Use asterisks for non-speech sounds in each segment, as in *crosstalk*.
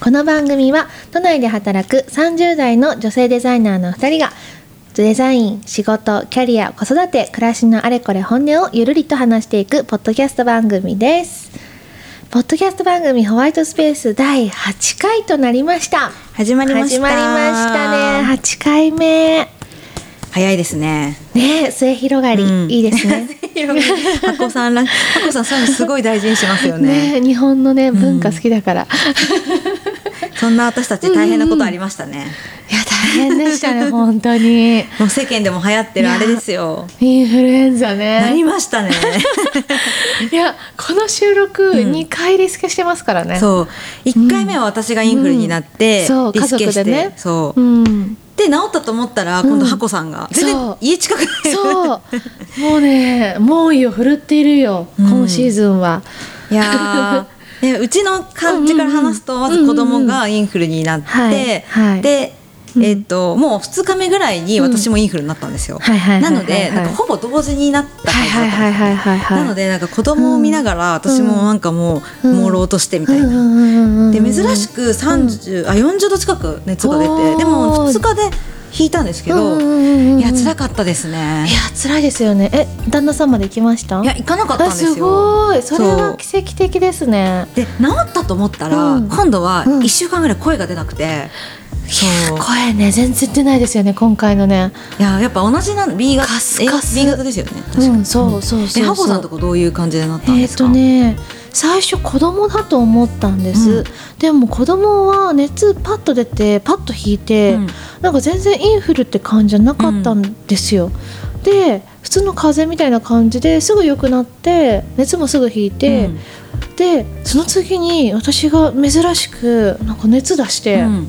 この番組は都内で働く30代の女性デザイナーの2人がデザイン、仕事、キャリア、子育て、暮らしのあれこれ本音をゆるりと話していくポッドキャスト番組です。ポッドキャスト番組ホワイトスペース第8回となりました。始まりま始したまりましたね。8回目。早いで *laughs* すねね末広がり、うんいいですね。 *laughs* ハコさんらハコさんそういうのすごい大事にしますよねね日本のね、文化好きだ *laughs* から。そんな私たち大変なことありましたね、いや、大変でしたね、本当に。もう世間でも流行ってるあれですよインフルエンザね。なりました *laughs* ねいやこの収録2回リスケしてますからね、そう1回目は私がインフルになって、うんそうリスケして家族でねそう、うんで治ったと思ったら今度ハコさんが、全そ然う家近くでそうもうね猛威を振るっているよ、ん今シーズンは。いやー *laughs* ねうちの感じから話すとまず子供がインフルになって、はいはいで、うんえっともう2日目ぐらいに私もインフルになったんですよ。はいはいはいはないのでなんかほぼ同時になったは感いじだはいったんはいはいはいはい。ですよなのでなんか子供を見ながら私もなんかもううん朦朧としてみうたいんうな。んうんうん、で珍しく30、あ40度近く熱が出おてーでも2日で引いたんですけど、うんうんうんうんいや辛かったですねいや辛いですよねえ旦那様で行きましたいや行かなかったんですよあすごいそれそはう奇跡的ですねで治ったと思ったら、うん今度はうん1週間ぐらい声が出なくて、そう声ね全然出ないですよね今回のねいややっぱ同じなの B 型カスカスえ B 型ですよね確かうんそうそうそうそうえハボさんとこどういう感じでなったんえでっすか、とね最初子供だと思ったんです、うんでも子供は熱パッと出てパッと引いて、うんなんか全然インフルって感じじゃなかったんですよ、で普通の風邪みたいな感じですぐ良くなって熱もすぐ引いて、うんでその次に私が珍しくなんか熱出して、うん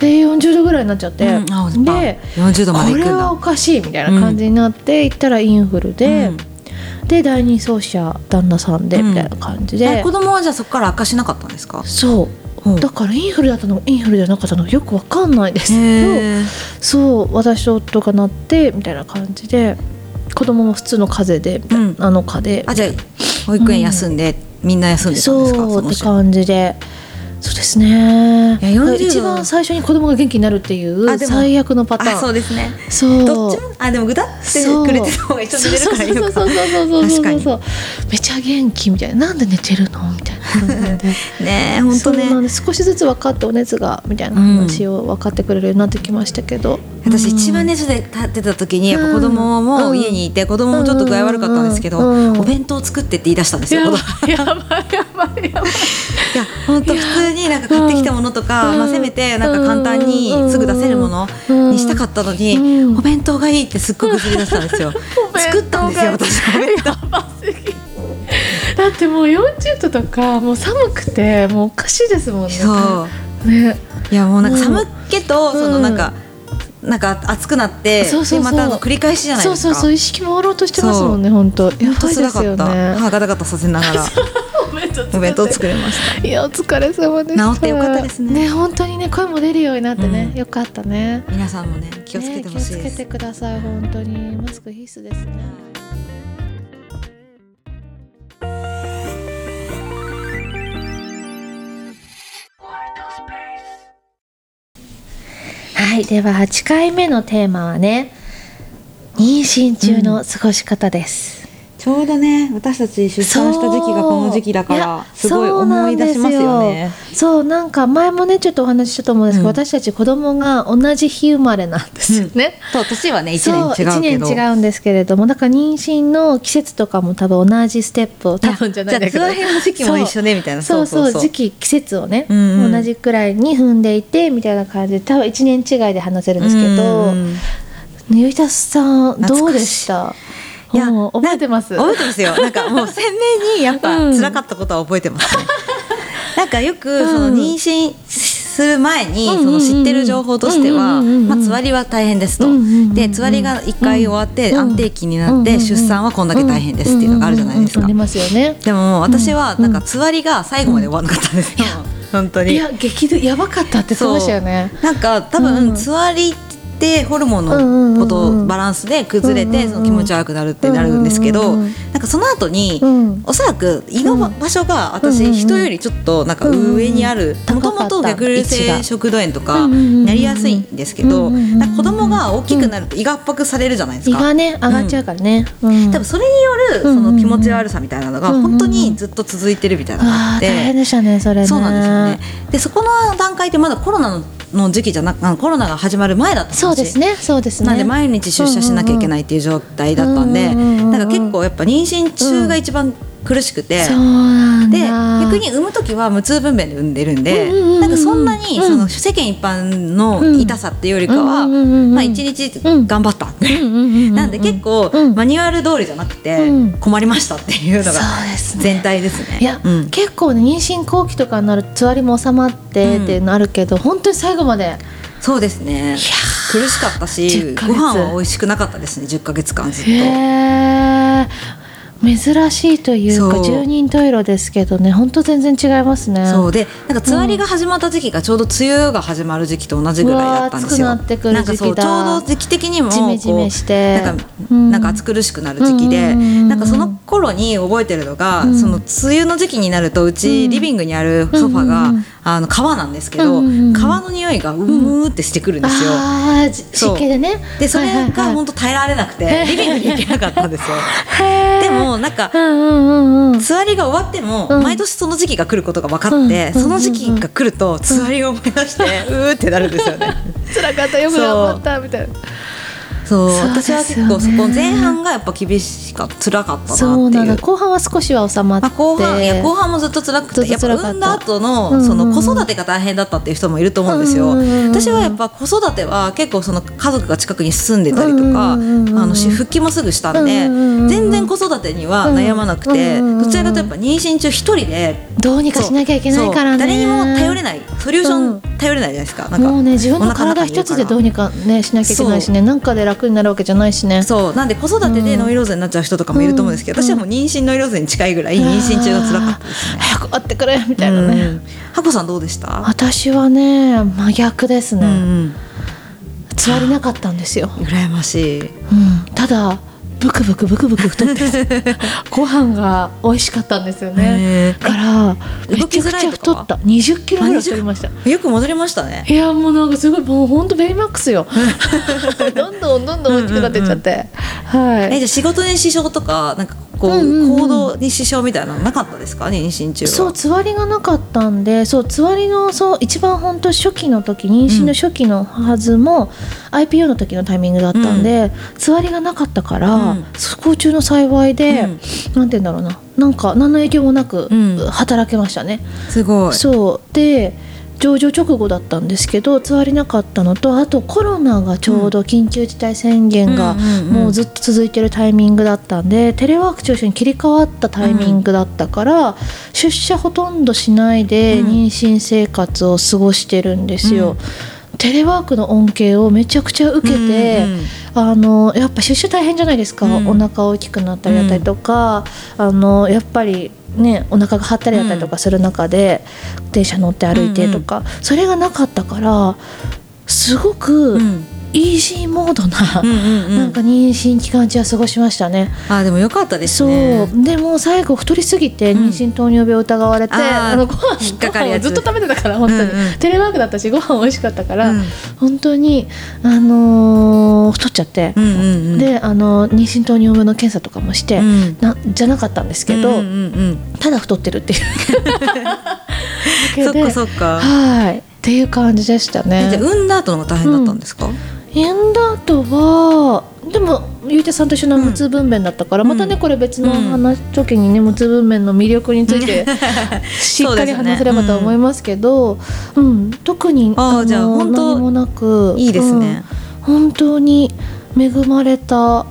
で40度ぐらいになっちゃって、うんあで40度までこいくんれはおだかしいみたいな感じになって、行ったらインフルで、で第二走者旦那さんでうんみたいな感じうんで、え子供はじゃあそこから悪化しなかったんですかそうほうだからインフルだったのかインフルじゃなかったのかよくわかんないですけどへーそう私と夫がなってみたいな感じで子供も普通の風邪でみたいな、うんあの蚊であじゃあ保育園休んで、みんな休んでたんですそかうのって週感じでそうですねいや40一番最初に子供が元気になるっていあうでも最悪のパタあーそンうですねそうどっちもあでもぐだってくれてた方が一緒に寝るからいいのそかうそうそうそうそうそう確かそうにそうめちゃ元気みたいななんで寝てるのみたいな感じ *laughs* なんでねえ本当そうなんねです少しずつ分かってお熱がみたいな話を分かってくれるようになってきましたけど、私一番熱で立ってた時にやっぱ子供も家にいて子供もちょっと具合悪かったんですけどうんうんお弁当作ってって言い出したんですよや子供ばいいやばいやばいやばいや本当普通になんか買ってきたものとかうんまあせめてなんか簡単にすぐ出せるものうんにしたかったのうにんお弁当がいいってすっごくずり出したんですよ当が作ったんですよ私お弁当だってもう40度とかもう寒くてもうおかしいですもんねそうねいやもうなんか寒っ気とうんそのなんかなんか暑くなってそうそうそうでまたあの繰り返しじゃないそでうすそかうそう意識もろうとしてますもんね本当や本当ばいつでらかすっよたね歯ガタガタさせ *laughs* ながらお弁当お弁当作りましたいやお疲れ様でした治ってよかったですね本当にね声も出るようになってね、うんよかったね皆さんもね気をつけてほしいねで気をつすけてください本当にマスク必須ですねはいでは8回目のテーマはね妊娠中の過ごし方です、ちょうどね私たち出産した時期がこの時期だかそういやらすごい思い出しますよね。そうなんか前もねちょっとお話ししたと思うんですけど、うん私たち子供が同じ日生まれなんですよね、と年はね一そう年違うけど。一年違うんですけれどもだから妊娠の季節とかも多分同じステップを *laughs* 多分じゃないんだけじゃどあその辺の時期も一緒ねみたいなそうそうそうそうそう時期季節をね、うんうん同じくらいに踏んでいてみたいな感じで多分1年違いで話せるんですけどうんゆいたさんどうで懐かしいしたいやもう覚えてます覚えてますよ。なんかもう鮮明にやっぱ辛かったことは覚え *laughs* てますね。なんかよくうんその妊娠する前にうんうんその知ってる情報としては、うんうんうんうんまあつわりは大変ですとうんうんうんう。んでつわりが一回終わってうん安定期になっうんうてんうん出産はこんだけ大変ですっていうのがあるじゃないですうんうんうんうんかあり。ますよねでも私はなんかつわりが最後まで終わらなかったんですよ、本当いにや激怒やばかったってそうでしたよねなんか多うん分つわりってホルモンうんうんのこうとんうんバランスで崩うれんうんてうんその気持ち悪くなるってなるんですけうんどうんなうんんかその後にうんおそらく胃のうばん場所がうんうんう私ん人よりちょっとなんか上にあるうんうもん高とかったもと逆流性食道炎とうかんうんうんうんなりやすいんですけどうんうんうんうんなんか子供が大きくなると胃が圧迫されるじゃないです胃かが。ね上がっちゃうからね、うん多分それにようんるうそんうんの気持ち悪さみたいなのがうんうんうん本当にずっと続いてるみたいなのがああっー大て変でしたねそれねそうなんですよね。でそこの段階ってまだコロナのの時期じゃなくあのコロナが始まる前だったんそうですねそうですねなんで毎日出社しなきゃいけないっていう状態だったんで、うんうんうんうんなんか結構やっぱ妊娠中が一番苦しくて、そうなんだで逆に産む時は無痛分娩で産んでるんで、うんうんうんうんなんかそんなにうんその世間一般の痛さっていうよりかは、うんうんうんうんまあ一日頑張ったって、うんうんうんうんなんで結構うんマニュアル通りじゃなくてうん困りましたっていうのがそうですね全体ですね。いや、うん結構ね妊娠後期とかになるとつわりも収まってっていうのあるけど、本当に最後までそうですね苦しかったし10ヶご月飯は美味しくなかったですね10ヶ月間ずっと。へー珍しいというかそう十人十色ですけどね本当全然違いますねそうでなんかつわりが始まった時期がちょうど梅雨が始まる時期と同じぐらいだったんですよ。うわー暑くなってくる時期だなんかそうちょうど時期的にもジメジメしてこうなんか、うんなんか暑苦しくなる時期で、うんうんうんうんなんかその頃に覚えてるのが、うんその梅雨の時期になるとうち、うんリビングにあるソファうんが、うんうんあの革なんですけど、うんうんうん革の匂いがうむーってしてくるんですよ。あーじそう湿気でねでそれはいはがいはい本当耐えられなくて、 *laughs* リビングに行けなかったんですよ。へーでもなんかうんうんうんうん座りが終わっても、うん毎年その時期が来ることが分かって、うんその時期が来ると座りを思い出し *laughs* て、うーってなるんですよね。辛かったよく頑張ったみたいなそうそうです私よねは結構そこ前半がやっぱ厳しかった辛かったなっていう。そうなんだ後半は少しは収まってまあ、後半いや後半もずっと辛くてずっとやっ辛かぱった産んだ後うんうんうのんその子育てが大変だったっていう人もいると思うんですよ。うんうんうんうん私はやっぱ子育ては結構その家族が近くに住んでたりうとか、んうんうんうんあのし復帰もすぐしたんで、うんうんうん全然子育てには悩まなくて、うんうんうんうんどちらかというとやっぱ妊娠中一人でどうにかしなきゃいけないからねそう誰にも頼れいないソリューシうんョン頼れないじゃないですかなんかもうね自分のお腹の中体にい一るかつらでどうにかねしなきゃいけないしねなんかで楽になるわけじゃないしねそうなんで子育てでノイローゼになっちゃう人とかもいると思うんですけど、うん私はもう妊娠ノイローゼに近いぐらい妊娠中が辛かったですね。早く会ってくれみたいなね、うんハコさんどうでした？私はね真逆ですうね、ん、つわりなかったんですよ、うん、羨ましい。うん、ただブクブクブクブク太って *laughs* ご飯が美味しかったんですよへねーからめ動ちきゃくづらちいゃと太かはった2 0キロぐらい太りましたよく戻りましたね。いやもうなんかすごいもうほんとベイマックス *laughs* よどんどんどんどん大きくなってっちゃって、はえいじゃあ仕事に支障とかなんかこう、うんうんうん行動に支障みたいなのなかったですか？妊娠中は。そうつわりがなかったんでそうつわりのそう一番本当初期の時妊娠の初期のはずも、IPO の時のタイミングだったんで、つわりがなかったから、うん不幸中の幸いで、うんなんて言うんだろうななんか何の影響もなくうん働けましたね。すごい。そうで上場直後だったんですけどつわりなかったのとあとコロナがちょうど緊急事態宣言がうんうんうんうんもうずっと続いてるタイミングだったんでテレワーク中心に切り替わったタイミングだったから、出社ほとんどしないでうん妊娠生活を過ごしてるんですよ。うんテレワークの恩恵をめちゃくちゃ受けて、うんうんあのやっぱ出社大変じゃないですか、うんお腹大きくなったりだったりとか、あのやっぱりねお腹が張ったりだったりとかする中で、電車乗って歩いてとか、それがなかったからすごうくんイージーモードな、うんうんうん。なんか妊娠期間中は過ごしましたね。あでもよかったですそう、ね。でも最後太りすぎてうん妊娠糖尿病疑われて、あーあのご飯引っかかるやつご飯をずっと食べてたから本当に、うんうんテレワークだったしご飯美味しかったから、うん本当にあのー太っちゃって、うんうんうん。であの妊娠糖尿病の検査とかもして、うんなじゃなかったんですけど、うんうんうんただ太ってるっていうだうん。そっけでかそっか。はいっていう感じでしたえねじゃあ産んだ後の方が大変だったんですか？エンダートはでもゆうてさんと一緒の無痛分娩だったから、うんまたねこれ別のうん話、時にね無痛分娩の魅力について *laughs* しっそうかですりね話せればとは思いますけどうん、特にあーのじゃあ本当何もなくいいですね。うん本当に恵まれた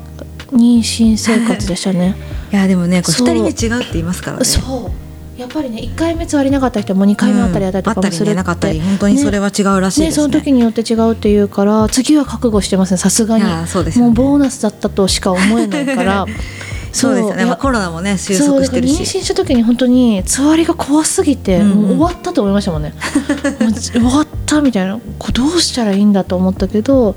妊娠生活でしたね。いやでもねこれそう二人目違うって言いますからね。そうやっぱりね1回目座りなかった人も2回目あったりあったりとかもするって、うんあったりねなかったり本当にそれは違うらしいねですそね。の時によって違うっていうから次は覚悟してますねさすがにいやーそうですよもねうボーナスだったとしか思えないから *laughs* そうですよね。いまやあコロナもね収そう束だしからて妊娠るし。した時に本当につわりが怖すぎて、うんうんもう終わったと *laughs* 思いましたもんねもう終わったみたいなこうどうしたらいいんだと思ったけど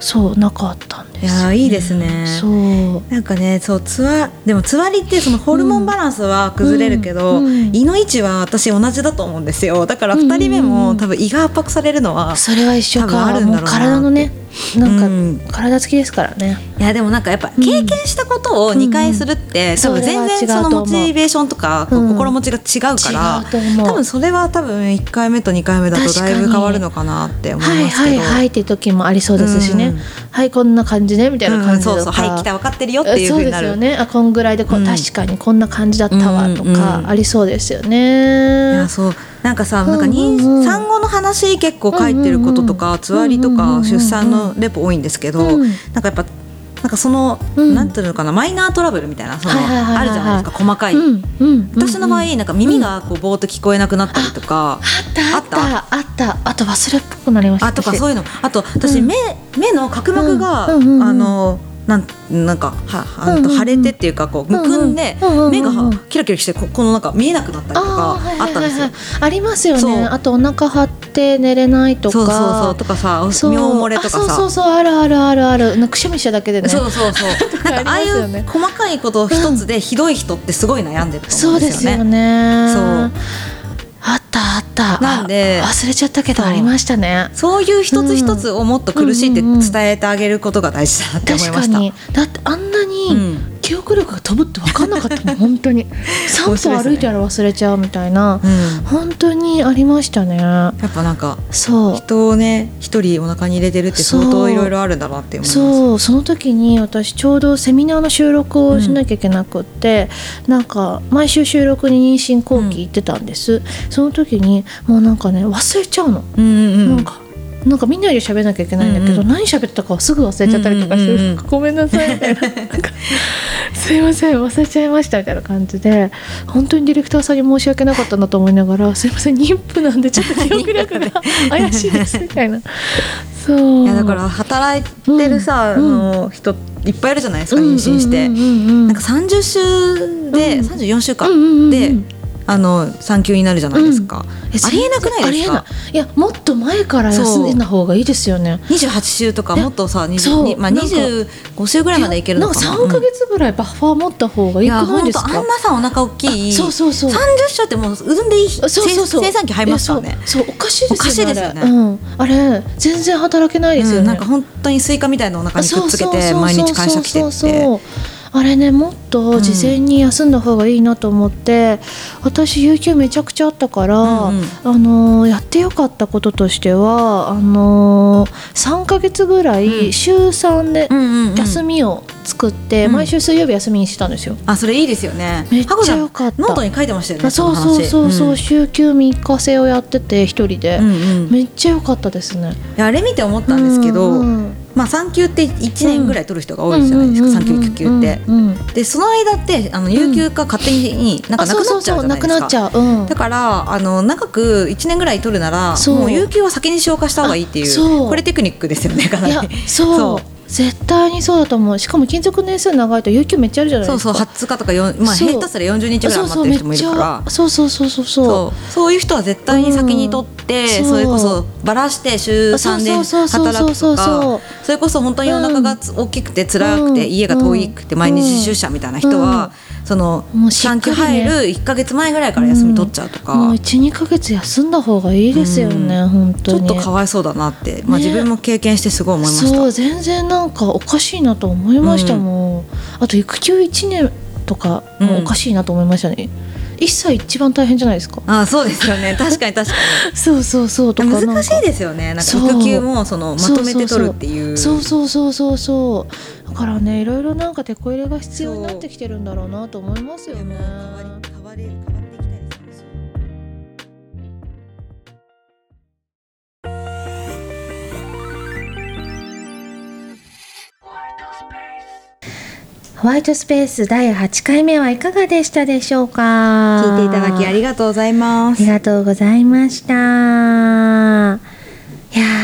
そうなかったんですいよやーいいですねそうなんかねそうつわでもつわりってそのホルモンバランスは崩れるけど、うんうん胃の位置は私同じだと思うんですよだからうんうんうん2人目も多分胃が圧迫されるのは、それは一緒多分かあるんもだうろうな体のねなんか、うん体つきですからねいやでもなんかやっぱ経験したことを2回するって、ん多分全それ然は違うとその思うモチベーションとか、こううん心持ちが違うから違うと思う多分それは多分1回目と2回目だとだい確かぶに変わるのかなって思いはいますはけいど。はいっていう時もありそうですしね、うんはいこんな感じねみたいなう感ん、じとそか、うそうはい来た分かってるよっていうそふううですになるよねあこんぐらいでこう、うん確かにこんな感じだったわとうんうんうかんありそうですよいねや。そうなんかさ、うんうんなんか妊うん産後の話結構書いてることとうんうんうか、んつわりとうんうんうんうかん出産のレポ多いんですけど、うんなんかやっぱなんかその、うんなんていうのかなマイナートラブルみたいなその、はいはいはいはいはいあるじゃないですか細かい、うんうん私の場合うんなんか耳がこうぼーっと聞こえなくなったりとあか、ったあったあったあと忘れっぽくなりましたあとかそうういうのあと私、うん目目の角膜が、うんうんうんうんあのなんなんかはあうんうんうん腫れてっていうかこうむくんで、うんうんうんうん目がキラキラしてここのなんか見えなくなったりとかあったんですよ。ありますよそねうあとお腹張って寝れないとかそうそうそうとかさそう尿漏れとかさあそうそうそうあるあるあるあるなんかくしゃみしただけでねそうそうそう *laughs* なんかああいありますよねう細かいこと一つでひどい人ってすごい悩んでるとそ思ううんでですすよよね。ねそうあったあったなんであ忘れちゃったけどそうありましたねそういう一つ一つをもっと苦しいって伝えてあげることが大事だなって思い確まかした。にだってあんなうにん記憶力が飛ぶって分かんなか *laughs* ったもん本当に散ですね歩歩いたら忘れちゃうみたいなうん本当にありましたねやっぱなんかそう人をね一人お腹に入れてるって相そう当いろいろあるんだなって思います。そうその時に私ちょうどセミナーの収録をしなきゃいけなくって、なんか毎週収録に妊娠後期行ってたんです、その時にもうなんかね忘れちゃうの、うんうんうなんん。かなんかみんなより喋らなきゃいけないんだけど、うんうん何喋ったかをすぐ忘れちゃったりとかして、うんうんうんごめんなさいみたいななんかすいません忘れちゃいましたみたいな感じで本当にディレクターさんに申し訳なかったなと思いながらすいません妊婦なんでちょっと記憶力が怪しいですみたいなそういいやだから働いてるさ、うんあの人いっぱいいるじゃないですか妊娠して。うんうんうんうんなんか30週で、うん34週うんうんうんうん間で、あの産休になるじゃないですか、えありえなくないですあかりえないいやもっと前から休んでた方がいいですよね28週とかえもっとさそう20にまあ、なんか25週ぐらいまでいけるのかななんか3ヶ月ぐらいバッファー持った方がういんいいくやない本です当かあんなさお腹大きいそうそうそう30週ってもう産んでいいそうそうそう生生産期入りますからねいやそうそうおかしいですよねおかしいですよねあれ,、うん、あれ全然働けないですよね、うんなんか本当にスイカみたいなお腹にくっつけて毎日会社来てそうっそうそうてそうあれねもっと事前に休んだ方がいいなと思って、私有給めちゃくちゃあったから、うんうんあのーやってよかったこととしてはあの3ヶ月ぐらういん週3でうんうんうん休みを作って、うん毎週水曜日休みにしてたんですよ。あそれいいですよねめっちゃハコさん良かったノートに書いてましたよねそうのそう話そうそう、ん週休3日制をやってて一人で、うんうんいめっちゃ良かったですね。やあれ見て思ったんですけど、うんうんまあ産休って1年ぐらい取る人が多いじゃないですか、産休育休って、うんうんうんでその間ってあの有給が勝手になんかなくなっちゃうじゃあそうそうないですそうなくなかっち。ゃう、うん、だからあの長く1年ぐらい取るならそうもう有給は先に消化した方がいいってあいそううこれテクニックですよねかないりやそう *laughs* そう絶対にそうだと思うしかも勤続年数長いと有給めっちゃあるじゃないそでうすかそう20日とかよん、まあ、そう平達すら40日ぐらいそう待そっうてめる人もいっちるからゃそうそうそうそうそうそうそういう人は絶対に先に取って、うんそれそこそうバラして週3でそうそうそう働くそうそうとそかうそれこそ本当にお腹がつ大きくて辛くうて、ん家が遠くて毎日出社みたいな人は、そのもうしっかり産ね休入る1か月前ぐらいから休み取っちゃうとか、もう12か月休んだ方がいいですよね、うん本当ちょにっとかわいそうだなって、まあ、ね自分も経験してすごい思いました。そう全然なんかおかしいなと思いましたもん、あと育休1年とかもおかしいなと思いましたね、一切一番大変じゃないですかあそうですよね確かに確かそうそうそう *laughs* とにかなんか難しいですよねなんかそう育休もそのまとめて取るっていうそうそうそうそうそうだからねいろいろなんか手こ入れが必要になってきてるんだろうなと思いますよでもね変わり変わり変わっていきたいですよねホワイトスペース第8回目はいかがでしたでしょうか聞いていただきありがとうございまあすりがとうございましたいやー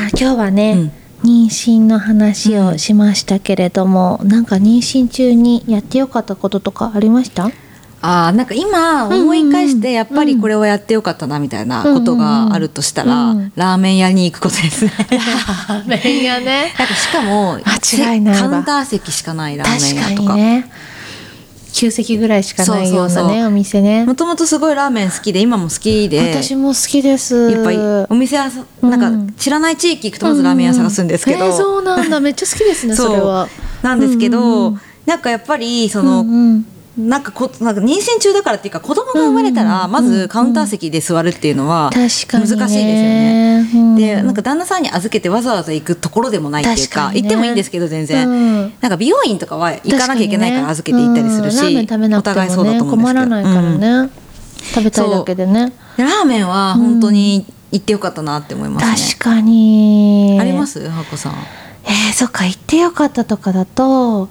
今日はね、うん妊娠の話をしましたけれども、なんか妊娠中にやってよかったこととかありました？あーなんか今思い返してやっぱりこれをやってよかったなみたいなことがあるとしたら、うんうんうんラーメン屋に行くこと *laughs* ですね。麺屋ねなんかしかも間違いないわカウンター席しかないラーメン確か屋とにか。ね9席ぐらいしかないようなねそうそうそうお店ねもともとすごいラーメン好きで今も好きで私も好きですやっぱりお店はなんか知らない地域行くとまずラーメン屋探すんですけど、ううえーそうなんだめっちゃ好きです *laughs* ねそれはなんですけど、うんうんなんかやっぱりその、うんうんなんかこなんか妊娠中だからっていうか子供が生まれたらまずカウンター席で座るっていうのは難し確いかにでねすよね。うんでなんか旦那さんに預けてわざわざ行くところでもないっていう確かかにね行ってもいいんですけど全然、うんなんか美容院とかは行かなきゃいけないから預けて行ったりするし、確かにねうんラーメン食べなくおても、ね、互いそうだと思うんです困けどらないからうんね、食べたいだけでねでラーメンは本当に行ってよかったなって思いますね。確かにありますハコさん。えー、そっか行ってよかったとかだと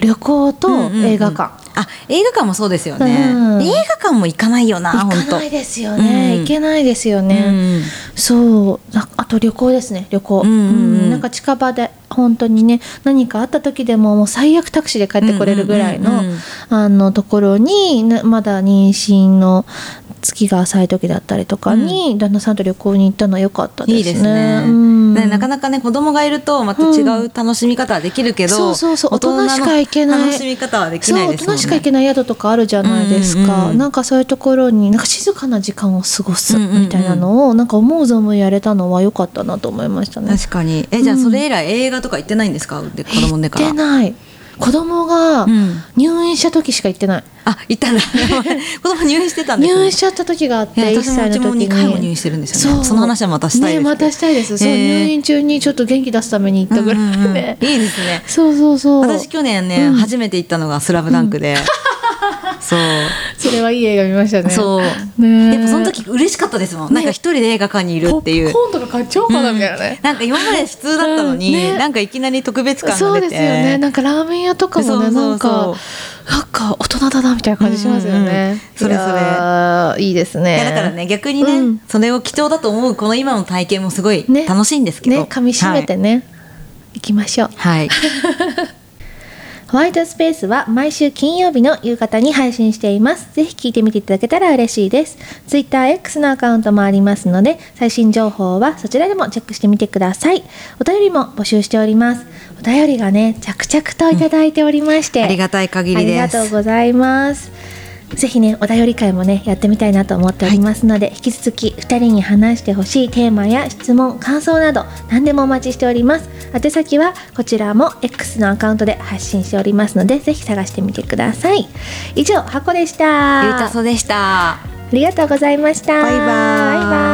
旅行と映画館、あ映画館もそうですよね、うんで映画館も行かないよな行本か当ないですよね、うん行けないですよね、うんそうああと旅行ですね旅行、うんうんうんなんか近場で本当にね何かあった時でももう最悪タクシーで帰ってこれるぐらいの,、うんうんうんうんあのところにねまだ妊娠の月が浅い時だったりとかに、旦那さんと旅行に行ったのは良かったですね。いいですねうんねなかなかね子供がいるとまた違う楽しみ方はできるけど、そうそうそう大人のしか行けない楽しみ方はできないそう大ですもん人ねしか行けない宿とかあるじゃないですか、うんうんうんなんかそういうところになんか静かな時間を過ごすうんうんうんみたいなのを、なんか思う存分やれたのは良かったなと思いましたね。確かにえじゃあそれ以来映画とか行ってないんですかで子供のから行ってない子供がうん入院した時しか行ってない、あ *laughs* 行ったんだ子供入院してたんです、ね、入院しちゃった時があっていや1私も歳の時うちもに二回も入院してるんですよねうその話はまたしたいですけねどまたしたいですそうへー入院中にちょっと元気出すために行ったぐらいで、うんうんうんいいですね *laughs* そうそうそう私去年ね、初めて行ったのが「スラムダン *laughs* クで、そうそれはいい映画見ましたねそう、ねえやっぱその時嬉しかったですもん、なんか一人で映画館にいるっていうポップコーンとか買っちゃおうかなみたいなね、なんか今まで普通だったのに、うんねなんかいきなり特別感そうがで出てすよねなんかラーメン屋とかもねそうそうそうなんかなんか大人だなみたいな感じしますようんうんうねん、それそれいやーいいですねいやだからね逆にね、うんそれを貴重だと思うこの今の体験もすごいね楽しいんですけど、ね噛み締めてね、行きましょうはい、はい、 *laughs* ホワイトスペースは毎週金曜日の夕方に配信しています。ぜひ聞いてみていただけたら嬉しいです。TwitterX のアカウントもありますので、最新情報はそちらでもチェックしてみてください。お便りも募集しております。お便りがね、着々といただいておりまして。ありがたい限ありりでがすとうございます。ぜひねお便り会もねやってみたいなと思っておりますので、引き続き2人に話してほしいテーマや質問感想など何でもお待ちしております宛先はこちらも X のアカウントで発信しておりますのでぜひ探してみてください以上箱でしたゆうたそでしあたりがとうございましたバイバーイバイバ